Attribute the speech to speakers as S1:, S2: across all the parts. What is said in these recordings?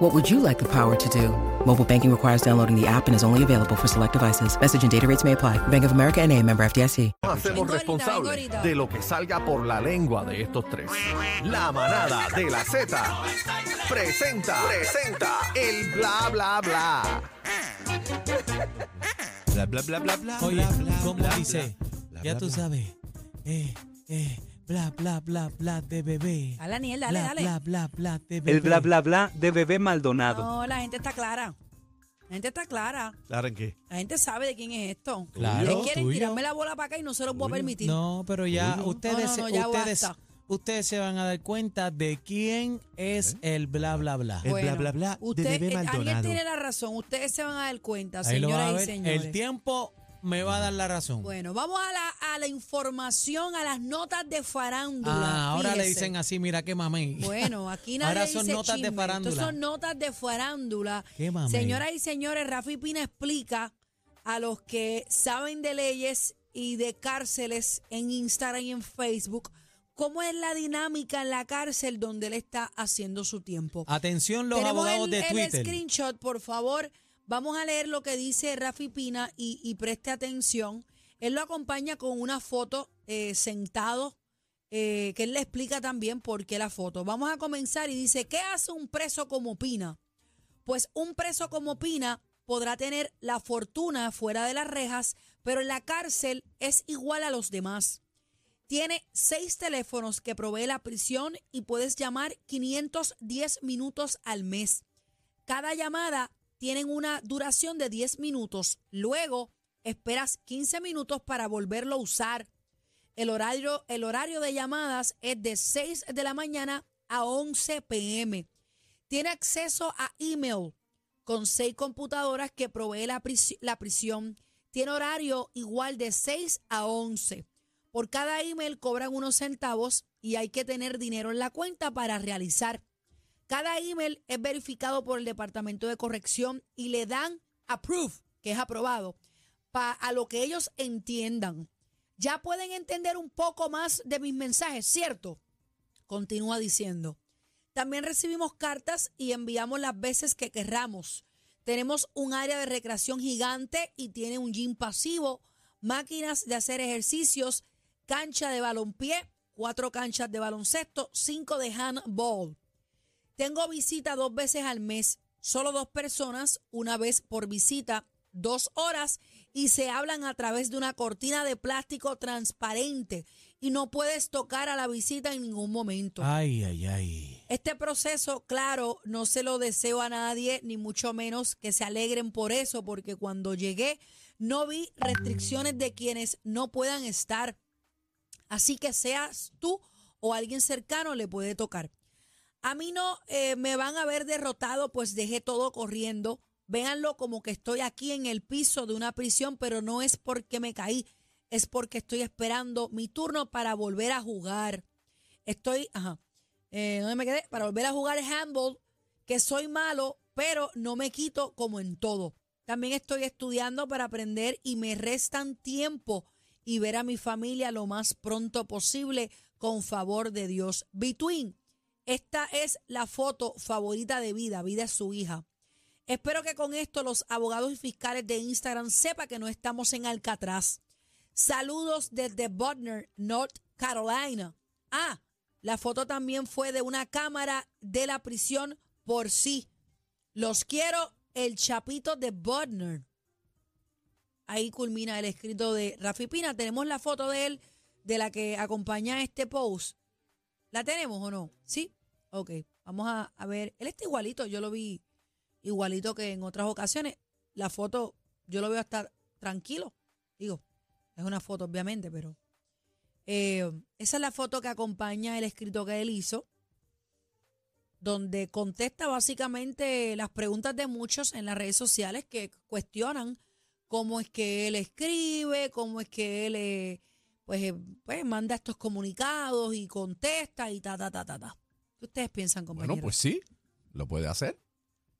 S1: What would you like the power to do? Mobile banking requires downloading the app and is only available for select devices. Message and data rates may apply. Bank of America and a member FDIC.
S2: Nos hacemos
S3: Vengo ahorita,
S2: responsables
S3: vengo ahorita.
S2: de lo que salga por la lengua de estos tres. La manada de la Z presenta, presenta el bla bla bla.
S4: Bla, bla, bla, bla, bla.
S5: Oye,
S4: bla, bla,
S5: como
S4: bla,
S5: dice,
S4: bla,
S5: ya
S4: bla,
S5: tú
S4: bla.
S5: sabes. Eh, eh, bla, bla, bla, bla de bebé.
S3: Dale, Daniel, dale,
S5: Bla,
S3: dale.
S5: Bla, bla, bla de bebé.
S6: El bla bla bla de bebé Maldonado.
S3: No, la gente está clara. La gente está clara.
S4: Claro, ¿en qué?
S3: La gente sabe de quién es esto.
S5: Claro,
S3: Ustedes quieren
S5: tuyo.
S3: tirarme la bola para acá y no se los voy a permitir.
S5: No, pero ya ustedes,
S3: No, no, no,
S5: se-
S3: ya
S5: ustedes,
S3: basta.
S5: ustedes se van a dar cuenta de quién es
S4: ¿Eh?
S5: el bla, bla, bla.
S4: El bla, bla, bla de
S3: usted-
S4: bebé
S3: eh, Alguien
S4: Maldonado.
S3: tiene la razón. Ustedes se van a dar cuenta,
S5: Ahí lo van a
S3: señoras y
S5: ver.
S3: señores.
S5: El tiempo me va a dar la razón.
S3: Bueno, vamos a la, a la información, a las notas de farándula.
S5: Ah, ahora le
S3: fíjese.
S5: dicen así, mira qué mamé.
S3: Bueno, aquí nadie
S5: Ahora son
S3: dice
S5: notas de
S3: chisme,
S5: farándula.
S3: Estos son notas de farándula.
S5: Qué mamey.
S3: Señoras y señores, Rafi Pina explica a los que saben de leyes y de cárceles en Instagram y en Facebook cómo es la dinámica en la cárcel donde él está haciendo su tiempo.
S5: Atención los
S3: Tenemos
S5: abogados
S3: el,
S5: de
S3: el
S5: Twitter.
S3: screenshot, por favor. Vamos a leer lo que dice Rafi Pina y, y preste atención. Él lo acompaña con una foto eh, sentado, eh, que él le explica también por qué la foto. Vamos a comenzar y dice, ¿qué hace un preso como Pina? Pues un preso como Pina podrá tener la fortuna fuera de las rejas, pero en la cárcel es igual a los demás. Tiene seis teléfonos que provee la prisión y puedes llamar 510 minutos al mes. Cada llamada tiene una duración de 10 minutos. Luego esperas 15 minutos para volverlo a usar. El horario, el horario de llamadas es de 6 de la mañana a 11 pm. Tiene acceso a email con seis computadoras que provee la, prisi- la prisión. Tiene horario igual de 6 a 11. Por cada email cobran unos centavos y hay que tener dinero en la cuenta para realizar. Cada email es verificado por el Departamento de Corrección y le dan approve, que es aprobado, pa- a lo que ellos entiendan. Ya pueden entender un poco más de mis mensajes, ¿cierto? Continúa diciendo. También recibimos cartas y enviamos las veces que querramos. Tenemos un área de recreación gigante y tiene un gym pasivo, máquinas de hacer ejercicios, cancha de balonpié, cuatro canchas de baloncesto, cinco de handball. Tengo visita dos veces al mes, solo dos personas, una vez por visita, dos horas, y se hablan a través de una cortina de plástico transparente y no puedes tocar a la visita en ningún momento.
S5: Ay, ay, ay.
S3: Este proceso, claro, no se lo deseo a nadie, ni mucho menos que se alegren por eso, porque cuando llegué no vi restricciones de quienes no puedan estar. Así que seas tú o alguien cercano le puede tocar. A mí no eh, me van a ver derrotado, pues dejé todo corriendo. Véanlo como que estoy aquí en el piso de una prisión, pero no es porque me caí, es porque estoy esperando mi turno para volver a jugar. Estoy, ajá, eh, ¿dónde me quedé? Para volver a jugar handball, que soy malo, pero no me quito como en todo. También estoy estudiando para aprender y me restan tiempo y ver a mi familia lo más pronto posible, con favor de Dios. Between, esta es la foto favorita de Vida. Vida es su hija. Espero que con esto los abogados y fiscales de Instagram sepan que no estamos en Alcatraz. Saludos desde Butner, North Carolina. Ah, la foto también fue de una cámara de la prisión por sí. Los quiero, el chapito de Butner. Ahí culmina el escrito de Rafi Pina. Tenemos la foto de él, de la que acompaña este post. ¿La tenemos o no? Sí. Ok, vamos a, a ver. Él está igualito, yo lo vi igualito que en otras ocasiones. La foto, yo lo veo hasta tranquilo. Digo, es una foto obviamente, pero... Eh, esa es la foto que acompaña el escrito que él hizo, donde contesta básicamente las preguntas de muchos en las redes sociales que cuestionan cómo es que él escribe, cómo es que él eh, pues, eh, pues manda estos comunicados y contesta y ta, ta, ta, ta, ta. ¿Qué ustedes piensan, compañeros?
S7: Bueno, pues sí, lo puede hacer.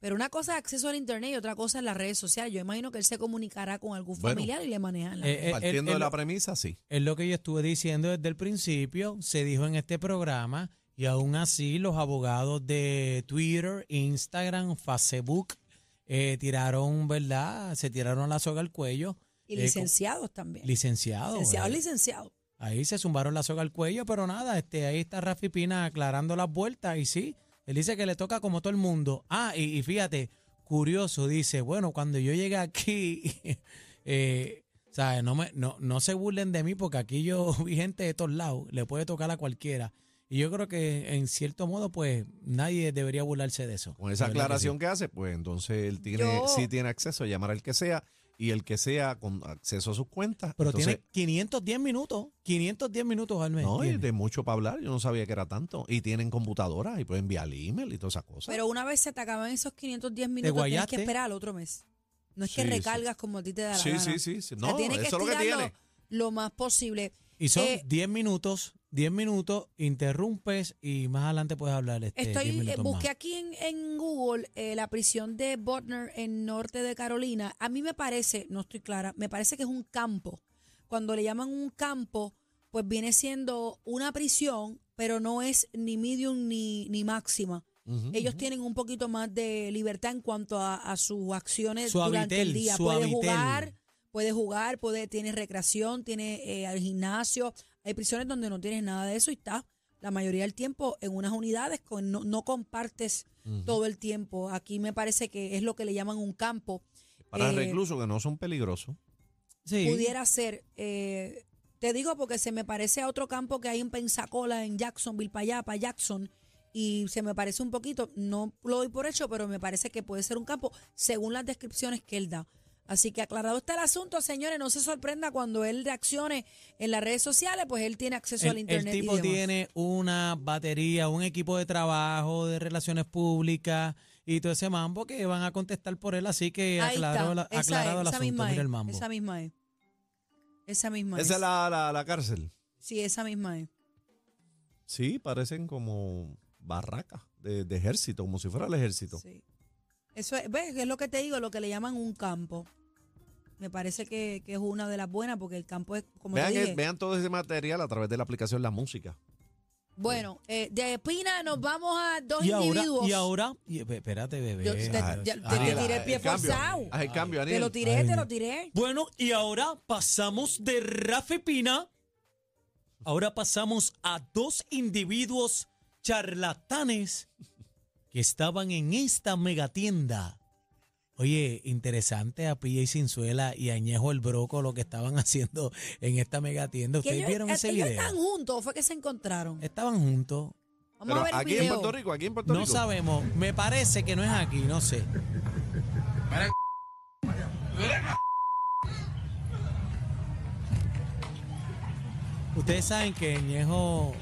S3: Pero una cosa es acceso al internet y otra cosa es las redes sociales. Yo imagino que él se comunicará con algún
S7: Bueno.
S3: familiar y le manejan la
S5: Eh, eh,
S7: Partiendo
S5: él-
S7: de la
S5: él-
S7: premisa, sí.
S5: Es lo que yo estuve diciendo desde el principio, se dijo en este programa y aún así los abogados de Twitter, Instagram, Facebook eh, tiraron, ¿verdad? Se tiraron la soga al cuello.
S3: Y
S5: eh, con-
S3: licenciados también.
S5: Licenciado.
S3: Licenciados,
S5: eh.
S3: licenciados.
S5: Ahí se zumbaron la soga al cuello, pero nada, este, ahí está Rafi Pina aclarando las vueltas y sí, él dice que le toca como todo el mundo. Ah, y, y fíjate, curioso, dice, bueno, cuando yo llegué aquí, eh, ¿sabes? No, me, no, no se burlen de mí porque aquí yo vi gente de todos lados, le puede tocar a cualquiera. Y yo creo que en cierto modo, pues nadie debería burlarse de eso.
S7: Con esa
S5: De verdad que
S7: aclaración
S5: sí.
S7: que, hace, pues entonces él tiene,
S3: Yo-
S7: sí tiene acceso a llamar al que sea y el que sea con acceso a sus cuentas.
S5: Pero
S7: entonces,
S5: tiene 510 minutos, 510 minutos al mes.
S7: No, y
S5: tiene.
S7: de mucho para hablar, yo no sabía que era tanto. Y tienen computadoras y pueden enviar email y todas esas cosas.
S3: Pero una vez se te acaban esos 510 minutos, tienes que
S5: guayaste.
S3: esperar al otro mes. No es que
S7: Sí, sí.
S3: recargas como a ti te da la
S7: sí,
S3: gana.
S7: sí, sí, sí.
S3: O sea,
S7: No,
S3: tienes
S7: eso
S3: que
S7: es lo que
S3: estirarlo
S7: tiene.
S3: lo más posible.
S5: Y son
S3: Eh,
S5: 10 minutos, 10 minutos, interrumpes y más adelante puedes hablar. Este, 10
S3: Estoy, eh,
S5: minutos
S3: busqué
S5: más.
S3: aquí en, en Google eh, la prisión de Butner en norte de Carolina. A mí me parece, no estoy clara, me parece que es un campo. Cuando le llaman un campo, pues viene siendo una prisión, pero no es ni medium ni, ni máxima.
S7: Ujú,
S3: Ellos
S7: ujú.
S3: tienen un poquito más de libertad en cuanto a, a sus acciones durante el
S5: Suavitel,
S3: día. Puede
S5: suavitel.
S3: jugar, puede jugar, puede, tiene recreación, tiene eh, al gimnasio. Hay prisiones donde no tienes nada de eso y estás la mayoría del tiempo en unas unidades, con, no, no compartes todo el tiempo. Aquí me parece que es lo que le llaman un campo.
S7: Para
S3: eh,
S7: reclusos que no son peligrosos.
S5: Sí.
S3: Pudiera ser, eh, te digo porque se me parece a otro campo que hay en Pensacola, en Jacksonville, para allá, para Jackson, y se me parece un poquito, no lo doy por hecho, pero me parece que puede ser un campo según las descripciones que él da. Así que aclarado está el asunto, señores, no se sorprenda cuando él reaccione en las redes sociales, pues él tiene acceso
S5: El,
S3: al
S5: el
S3: internet. y
S5: tipo
S3: demás.
S5: tiene una batería, un equipo de trabajo, de relaciones públicas y todo ese mambo que van a contestar por él. Así que
S3: Ahí
S5: aclarado, la-
S3: está, esa
S5: aclarado
S3: es,
S5: el
S3: esa
S5: asunto.
S3: misma
S5: Mira
S3: es,
S5: el mambo.
S3: Esa misma es. Esa misma
S7: Esa es la, la- la cárcel.
S3: Sí, esa misma es.
S7: Sí, parecen como barracas de, de ejército, como si fuera el ejército.
S3: Sí. Eso es, ¿ves? Es lo que te digo, lo que le llaman un campo. Me parece que, que es una de las buenas porque el campo es, como te
S7: Vean,
S3: dije,
S7: el- vean todo ese material a través de la aplicación La Música.
S3: bueno, eh, de Espina nos vamos a dos
S5: Y ahora,
S3: individuos.
S5: y ahora, y- espérate, bebé.
S3: Yo te-
S5: Ah,
S3: ya- te- te
S5: ah.
S3: tiré el pie
S7: cambio,
S3: forzado.
S7: haz el cambio,
S3: te
S7: Aniel.
S3: lo tiré,
S5: Ay,
S3: te
S5: mi-
S3: lo tiré.
S5: Bueno, y ahora pasamos de Rafi Pina. Ahora pasamos a dos individuos charlatanes que estaban en esta megatienda. Oye, interesante a PJ Cinzuela y a Añejo el Broco lo que estaban haciendo en esta megatienda.
S3: Que
S5: ¿Ustedes
S3: ellos, eh,
S5: vieron Eh, ese
S3: ellos
S5: video?
S3: están juntos o fue que se encontraron.
S5: Estaban juntos.
S3: Vamos a ver
S7: Pero
S3: el
S7: aquí
S3: video.
S7: en Puerto Rico, aquí en Puerto
S5: No
S7: Rico.
S5: sabemos. Me parece que no es aquí, no sé. Ustedes saben que Ñejo.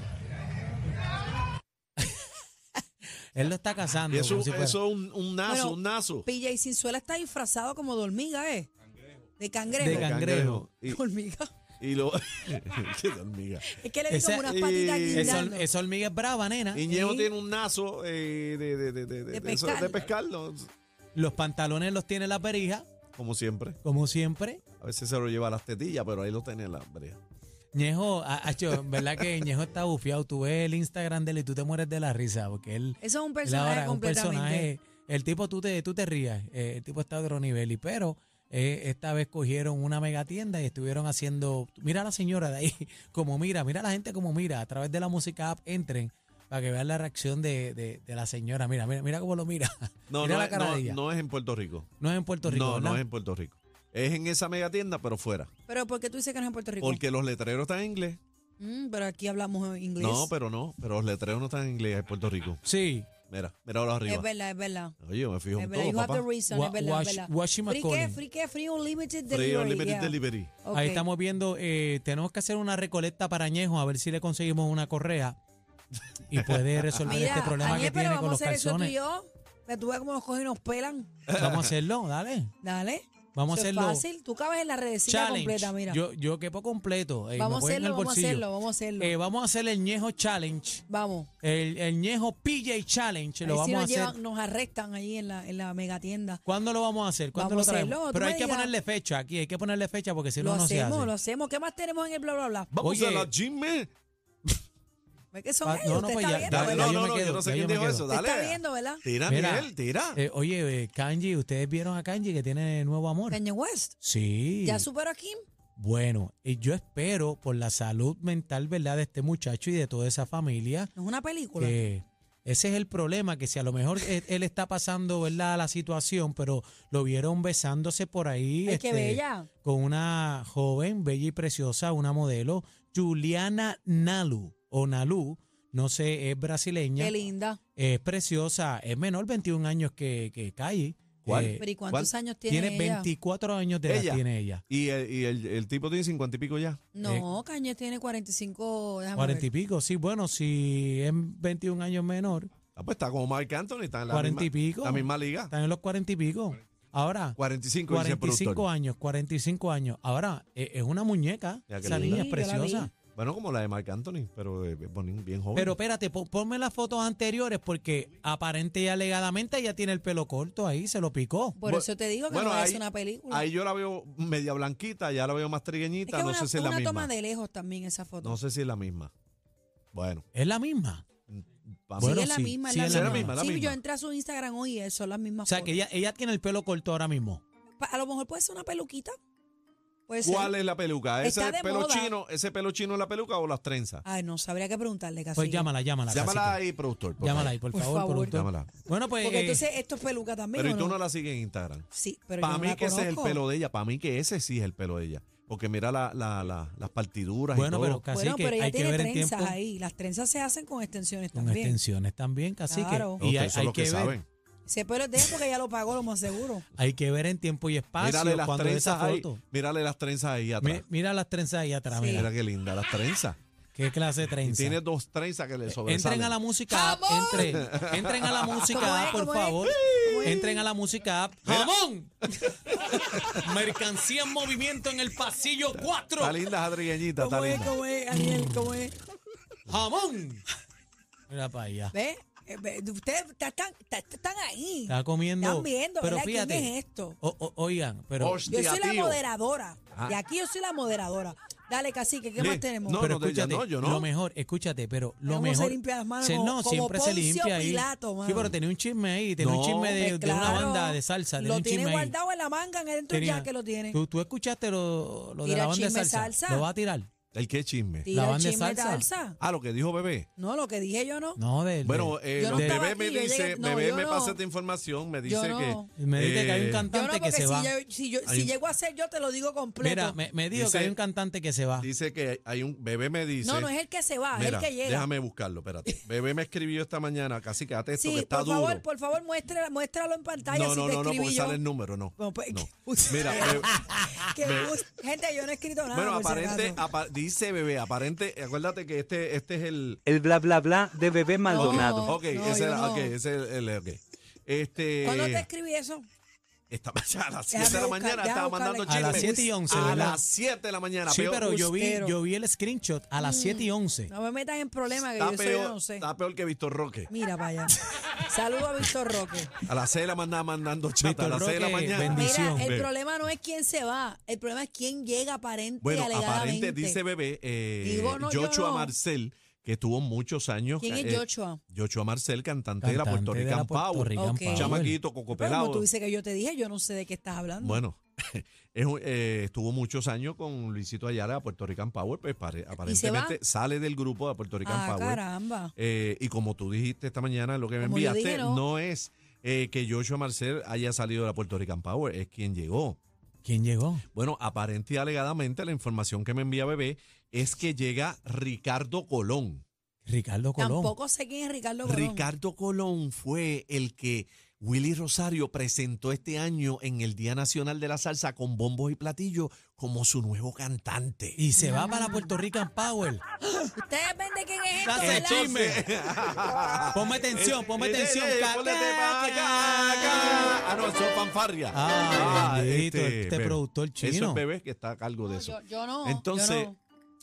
S5: Él lo está cazando.
S7: Y eso,
S5: como si fuera.
S7: eso es un, un nazo,
S3: Bueno,
S7: un nazo.
S3: Pilla y Cinzuela está disfrazado como de hormiga, ¿eh? De cangrejo.
S5: De cangrejo.
S7: Y-
S3: Hormiga.
S7: Y, lo. Qué hormiga.
S3: Es que le vi como
S5: Ese-
S3: unas patitas
S7: y-
S5: Esa
S3: guindando.
S5: hor- esa hormiga es brava, nena.
S7: Iñejo
S3: ¿Ah? Sí.
S7: tiene un nazo eh, de, de, de, de,
S3: De
S7: de eso-
S3: pescar.
S7: de pescarlo,
S5: Los pantalones los tiene la perija,
S7: como siempre.
S5: como siempre.
S7: A veces se lo lleva a las tetillas, pero ahí lo tiene la brea.
S5: Ñejo, ha- hacho, ¿verdad que Ñejo está bufiado? Tú ves el Instagram de él y tú te mueres de la risa, porque él.
S3: Eso es un
S5: Él ahora
S3: personaje
S5: es un
S3: completamente.
S5: personaje- el tipo, tú te, tú te rías, eh, el tipo está a otro nivel, y pero eh, esta vez cogieron una mega tienda y estuvieron haciendo, mira a la señora de ahí, como mira, mira a la gente como mira, a través de la música app entren para que vean la reacción de, de- de la señora, mira, mira, mira cómo lo mira,
S7: No,
S5: mira
S7: no,
S5: la
S7: es-
S5: cara
S7: no-
S5: de ella. No,
S7: no es en Puerto Rico.
S5: es en Puerto Rico,
S7: no, no
S5: ¿verdad?
S7: es en Puerto Rico. Es en esa mega tienda, pero fuera.
S3: Pero ¿por qué tú dices que no es en Puerto Rico?
S7: Porque los letreros están en inglés.
S3: Mm, pero aquí hablamos inglés.
S7: No, pero no. Pero los letreros no están en inglés en Puerto Rico.
S5: Sí,
S7: Mira, mira los
S3: Es
S7: arriba.
S3: verdad, es verdad.
S7: Oye, yo me fijo
S3: Es
S7: en
S3: verdad,
S7: todo,
S3: you have
S7: papá.
S3: the reason,
S5: Wa-
S3: es verdad, es
S5: wash-
S3: verdad.
S5: washi
S3: Free que,
S5: McCollum.
S3: free que, free unlimited delivery.
S7: Free Unlimited
S3: yeah.
S7: Delivery.
S3: Ok.
S5: ahí estamos viendo, eh, tenemos que hacer una recolecta para Añejo, a ver si le conseguimos una correa y puede resolver
S3: Mira,
S5: este problema
S3: Aniel,
S5: que
S3: pero
S5: tiene
S3: vamos
S5: con los
S3: a hacer eso tú y
S5: calzones.
S3: yo. Que tú ves cómo nos cogen y nos pelan.
S5: Vamos a hacerlo, dale.
S3: Dale.
S5: Vamos a
S3: Eso es
S5: hacerlo.
S3: fácil. Tú cabes en la redecilla
S5: Challenge.
S3: completa, mira.
S5: Yo, yo quepo completo. eh,
S3: vamos
S5: me
S3: a
S5: voy en el
S3: hacerlo, vamos a
S5: bolsillo.
S3: hacerlo, vamos a hacerlo.
S5: Eh, vamos a hacer el Ñejo Challenge.
S3: vamos.
S5: El, el Ñejo PJ Challenge. Lo
S3: Ahí sí
S5: vamos a
S3: nos,
S5: hacer.
S3: llevan- nos arrestan ahí en la, en la megatienda.
S5: ¿Cuándo lo vamos a hacer? ¿Cuándo
S3: Vamos
S5: lo
S3: a hacerlo,
S5: traemos?
S3: tú
S5: Pero
S3: me
S5: hay que
S3: digas.
S5: ponerle fecha aquí, hay que ponerle fecha porque si
S3: lo
S5: no, no se hace.
S3: hacemos, lo hacemos. ¿Qué más tenemos en el bla, bla, bla?
S7: Vamos
S5: Oye.
S7: a la eh. Jimmy.
S3: ¿Ves que son
S5: Ah,
S3: ellos? Usted está pues viendo,
S5: dale,
S3: ¿verdad?
S5: ya yo
S7: No, no,
S5: me
S7: no,
S5: quedo,
S7: yo no sé
S5: ya
S7: quién
S5: me
S7: dijo
S5: quedo.
S7: eso.
S3: Usted está
S7: Dale.
S3: viendo, ¿verdad?
S7: Tira,
S5: Mira.
S7: Miguel, tira.
S5: Eh, oye, eh, Kanji, ¿ustedes vieron a Kanji que tiene nuevo amor?
S3: Kanye West.
S5: Sí.
S3: Ya superó a Kim.
S5: Bueno, y yo espero por la salud mental, ¿verdad?, de este muchacho y de toda esa familia.
S3: Es una película.
S5: que ese es el problema, que si a lo mejor él, él está pasando, ¿verdad?, la situación, pero lo vieron besándose por ahí.
S3: Ay, qué
S5: este,
S3: bella.
S5: Con una joven, bella y preciosa, una modelo, Juliana Nalu, o Nalu, no sé, es brasileña.
S3: Qué linda.
S5: Es preciosa, es menor, 21 años que, que Calle.
S7: ¿Cuál?
S3: Pero ¿y cuántos
S7: ¿cuál?
S3: años tiene,
S5: tiene
S3: ella?
S5: 24 años de edad,
S7: Ella.
S5: tiene ella.
S7: Y, el, y el, el tipo tiene cincuenta y pico ya. eh,
S3: No, Kanye tiene 45. Déjame
S5: 40
S3: ver.
S5: y pico, sí, bueno, si es 21 años menor,
S7: Ah, pues está como Mark Anthony, está en la,
S5: 40 y
S7: misma,
S5: pico.
S7: la misma liga.
S5: están en los 40 y pico. Ahora,
S7: 45, dice el
S5: 45
S7: productor.
S5: años, 45 años. Ahora, e- es una muñeca,
S7: Ya que
S5: esa
S7: linda.
S5: niña es
S3: Sí, yo la vi.
S5: preciosa.
S7: Bueno, como la de Mark Anthony, pero eh, bien bien joven.
S5: Pero espérate, po- ponme las fotos anteriores porque aparente y alegadamente ella tiene el pelo corto ahí, se lo picó.
S3: Por
S7: Bu-
S3: eso te digo que
S7: bueno,
S3: no es
S7: ahí-
S3: una película.
S7: Ahí yo la veo media blanquita, ya la veo más
S3: es
S7: trigueñita,
S3: que es
S7: no
S3: una,
S7: sé si es
S3: una
S7: la misma.
S3: toma de lejos también esa foto.
S7: No sé si es la misma. Bueno,
S5: Es la misma.
S7: vamos.
S5: bueno,
S3: sí, es la
S5: sí,
S3: misma.
S5: sí,
S3: es la misma.
S7: la
S3: sí, yo
S7: misma.
S3: entré a su Instagram hoy y son las mismas
S5: O sea,
S3: fotos.
S5: que ella, ella tiene el pelo corto ahora mismo.
S3: Pa- A lo mejor puede ser una peluquita. Puede ser.
S7: ¿Cuál es la peluca? ¿Ese
S3: Está de
S7: pelo
S3: moda.
S7: chino, ese pelo chino es la peluca o las trenzas?
S3: Ay, no, sabría que preguntarle casi.
S5: Pues llámala, llámala.
S7: Llámala
S5: cacique.
S7: ahí, productor. por
S5: Llámala
S7: favor.
S5: ahí, por
S3: Por
S5: favor,
S3: favor.
S5: productor.
S7: Llámala.
S5: Bueno, pues.
S3: Porque
S5: eh,
S3: entonces esto es peluca también.
S7: Pero
S3: ¿o
S7: y tú
S3: no?
S7: no la sigues en Instagram.
S3: Sí, pero yo
S7: Para
S3: no
S7: mí
S3: la
S7: que ese es el
S3: conozco.
S7: pelo de ella, para mí que ese sí es el pelo de ella. Porque mira la, la, la- las partiduras
S5: bueno,
S7: y todo.
S5: pero casi
S3: bueno, pero
S5: que
S3: ella
S5: hay que
S3: tiene
S5: ver en
S3: trenzas
S5: tiempo.
S3: ahí. Las trenzas se hacen con extensiones
S5: Con
S3: también.
S5: extensiones también, casi
S3: Claro.
S5: que. Y
S7: Ustedes
S5: hay,
S7: son
S5: hay
S7: los
S5: que
S7: que,
S5: ver,
S7: saben.
S3: Ese pelo es de ella porque ella lo pagó, lo más seguro.
S5: hay que ver en tiempo y espacio
S7: Mírale las
S5: cuando ve esa
S7: trenzas ahí.
S5: foto.
S7: Mírale las trenzas ahí
S5: Mi-
S7: atrás.
S5: mira las trenzas ahí atrás,
S3: Sí.
S5: mira.
S7: Mira qué linda, las trenzas.
S5: Qué clase de
S7: Y
S5: trenza.
S7: tiene dos trenzas que le sobresalen.
S5: Eh, Entren a la música app,
S3: ¡Jamón!
S5: entren, entren a la
S3: ¿Cómo
S5: música
S3: es?
S5: app, por
S3: ¿Cómo es?
S5: favor. Entren a la música app. ¡Jamón! Mercancía en movimiento en el pasillo 4.
S7: Está linda esa trigueñita, está
S3: ¿Cómo es?
S7: linda.
S3: ¿Cómo es, Ariel? ¿Cómo es?
S5: ¡Jamón! Mira para allá.
S3: ¿Ve? Eh, ve, Ustedes ta- están, ta- están ahí.
S5: Está comiendo.
S3: Están viendo,
S5: pero
S3: ¿verdad? ¿Quién
S5: fíjate.
S3: es esto?
S5: o- o- oigan, pero.
S7: Hostia,
S3: Yo soy la
S7: tío.
S3: moderadora.
S7: Ah.
S3: Y aquí yo soy la moderadora. Dale, cacique, ¿qué
S7: Sí.
S3: más tenemos?
S7: No,
S5: pero
S7: no, ya
S5: escúchate,
S7: no, yo no.
S5: lo mejor, escúchate, pero lo
S3: ¿Cómo se
S5: mejor.
S3: limpia las manos?
S5: se-
S3: Como-
S5: no,
S3: como
S5: siempre se
S3: Poncio
S5: limpia ahí.
S3: Pilato,
S5: sí,
S3: mano.
S5: pero tenía un chisme ahí, tenía un
S7: No,
S5: chisme de,
S3: Pues
S5: de una
S3: claro,
S5: banda de salsa. tenía
S3: Lo
S5: un
S3: tiene
S5: chisme ahí.
S3: guardado en la manga, adentro
S5: Tenía-
S3: ya que lo tiene.
S5: ¿Tú, tú escuchaste lo, lo de
S3: Tira
S5: la banda de
S3: chisme
S5: salsa?
S3: salsa.
S5: ¿Lo va a tirar?
S7: El qué chisme.
S3: Tira
S5: la
S3: el
S5: banda de
S3: chisme de
S5: salsa.
S3: salsa.
S7: Ah, lo que dijo bebé.
S3: No, lo que dije yo no.
S5: No, del- del-
S7: Bueno, eh,
S3: Yo no
S7: los
S5: del-
S3: estaba
S7: bebé me
S3: aquí, yo
S7: dice,
S3: llegué- no,
S7: bebé
S3: yo
S7: me
S3: no.
S7: pasa esta información, me
S3: Yo
S7: dice
S3: no.
S7: que.
S5: Me dice que
S7: eh,
S5: hay un can-
S3: Yo no,
S5: Cantante que
S3: porque
S5: se
S3: si,
S5: va.
S3: yo- si, yo- si
S7: Ahí-
S3: llego a ser yo, te lo digo completo.
S5: mira, me, me dijo
S7: Dice-
S5: que hay un cantante que se va.
S7: Dice que hay un. Bebé me dice.
S3: no, no es el que se va, es
S7: Mira,
S3: el que llega.
S7: déjame buscarlo, espérate. Bebé me escribió esta mañana, casi quédate esto que
S3: sí,
S7: está
S3: por favor,
S7: duro.
S3: por favor, muestra, muéstralo en pantalla
S7: no,
S3: si
S7: no,
S3: te
S7: no, no,
S3: escribí
S7: porque
S3: yo.
S7: sale el número, no.
S3: No, pues,
S7: no.
S3: que-
S7: Mira, bebé-
S3: Que
S7: me-
S3: us- gente, yo no he escrito nada.
S7: bueno,
S3: por si
S7: aparente,
S3: acaso.
S7: apa- dice bebé, aparente, acuérdate que este, este es el.
S6: El bla bla bla de bebé Maldonado.
S7: Ok,
S3: no,
S7: ese
S3: yo
S7: era,
S3: no.
S7: ok, ese es el, el- ok. Este.
S3: ¿Cuándo te escribí eso?
S7: Esta mañana, a las 7 de la
S3: buscar-
S7: mañana
S3: déjame
S7: estaba
S3: buscarle
S7: mandando
S3: aquí.
S7: chisme.
S5: A las 7 y 11,
S7: A
S5: ¿verdad?
S7: las 7 de la mañana.
S5: sí,
S7: peor.
S5: pero yo vi,
S3: Ustero.
S5: yo vi el screenshot a
S3: Mm.
S5: las 7 y 11.
S3: No me metas en problemas, que
S7: está,
S3: yo, eso
S7: peor,
S3: yo no sé.
S7: está peor que Víctor Roque.
S3: Mira para allá. Saludo a Víctor Roque.
S7: A las 6 de la mañana mandando chata.
S5: Víctor
S7: a las 6 de la
S5: Roque,
S7: mañana.
S5: bendición.
S3: Mira, el
S7: Ve.
S3: problema no es quién se va, el problema es quién llega aparente
S7: Bueno,
S3: alegadamente.
S7: aparente dice bebé, eh,
S3: Digo, no, yo
S7: Joshua
S3: no.
S7: Marcel, que tuvo muchos años.
S3: ¿Quién
S7: eh,
S3: es Joshua?
S7: Joshua Marcel, cantante, de la
S5: Cantante
S7: Puerto
S5: de la
S7: Rican
S5: Puerto
S7: Power.
S5: Rican
S3: Ok.
S5: Power.
S7: Chamaquito,
S3: Pero como tú
S7: cocopelado.
S3: dices que yo te dije, yo no sé de qué estás hablando.
S7: Bueno, es un- eh, estuvo muchos años con Luisito Ayala de Puerto Rican Power, pues pare- aparentemente sale del grupo de Puerto Rican
S3: ah,
S7: Power.
S3: caramba.
S7: Eh, y como tú dijiste esta mañana, lo que me
S3: Como yo
S7: enviaste
S3: dije, no.
S7: no. es eh, que Joshua Marcel haya salido de la Puerto Rican Power, es quien llegó.
S5: ¿Quién llegó?
S7: Bueno, aparente y alegadamente la información que me envía Bebé es que llega Ricardo Colón.
S5: Ricardo Colón.
S3: Tampoco sé quién es Ricardo Colón.
S7: Ricardo Colón fue el que Willy Rosario presentó este año en el Día Nacional de la Salsa con bombos y platillos como su nuevo cantante.
S5: Y se va para Puerto Rican Power.
S3: Ustedes ven de quién es este esto,
S5: Hace
S3: ¿verdad?
S5: chisme. Ponme atención, ponme atención.
S7: Eh, eh, eh,
S5: Ca,
S7: ponete
S5: ca,
S7: pa' acá,
S5: ca.
S7: acá. Ah, no, eso es fanfarria. Ah,
S5: Ay, bendito, este
S7: bebé.
S5: productor
S7: Eso
S5: chino.
S7: es bebé que está a cargo de eso.
S3: Yo, yo no. yo
S7: Entonces,
S3: no.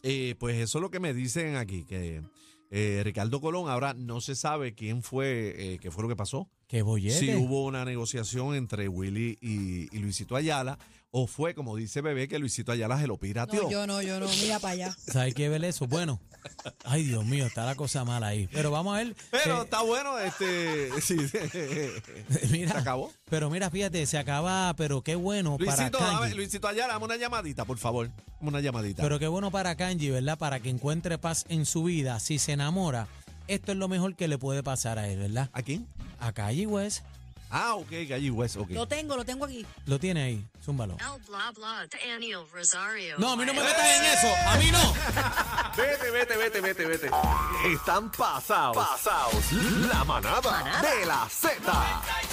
S7: eh, pues eso es lo que me dicen aquí, que eh, Ricardo Colón, ahora no se sabe quién fue, eh, qué fue lo que pasó.
S5: Qué bollete.
S7: Si hubo una negociación entre Willy y, y Luisito Ayala, o fue, como dice Bebé, que Luisito Ayala se lo pirateó.
S3: No, yo no, yo no. Mira para allá.
S5: ¿Sabes qué ver eso? Bueno. Ay, Dios mío, está la cosa mala ahí. Pero vamos a ver.
S7: Pero
S5: eh,
S7: está bueno, este. sí,
S5: Mira.
S7: se acabó.
S5: Pero mira, fíjate, se acaba, pero qué bueno para
S7: Luisito,
S5: Kanji.
S7: dame- Luisito Ayala, dame una llamadita, por favor. Dame Una llamadita.
S5: Pero qué bueno para Kanji, ¿verdad? Para que encuentre paz en su vida. Si se enamora, esto es lo mejor que le puede pasar a él, ¿verdad?
S7: ¿A quién?
S5: A Kanji West
S7: Ah, ok, Galli West, ok.
S3: Lo tengo, lo tengo aquí.
S5: lo tiene ahí, zúmbalo.
S8: El bla bla de Daniel Rosario.
S5: No, a mí no me metas en eso, a mí no.
S2: Vete, vete, vete, vete, vete. Están pasados. Pasados. La manada de la Z.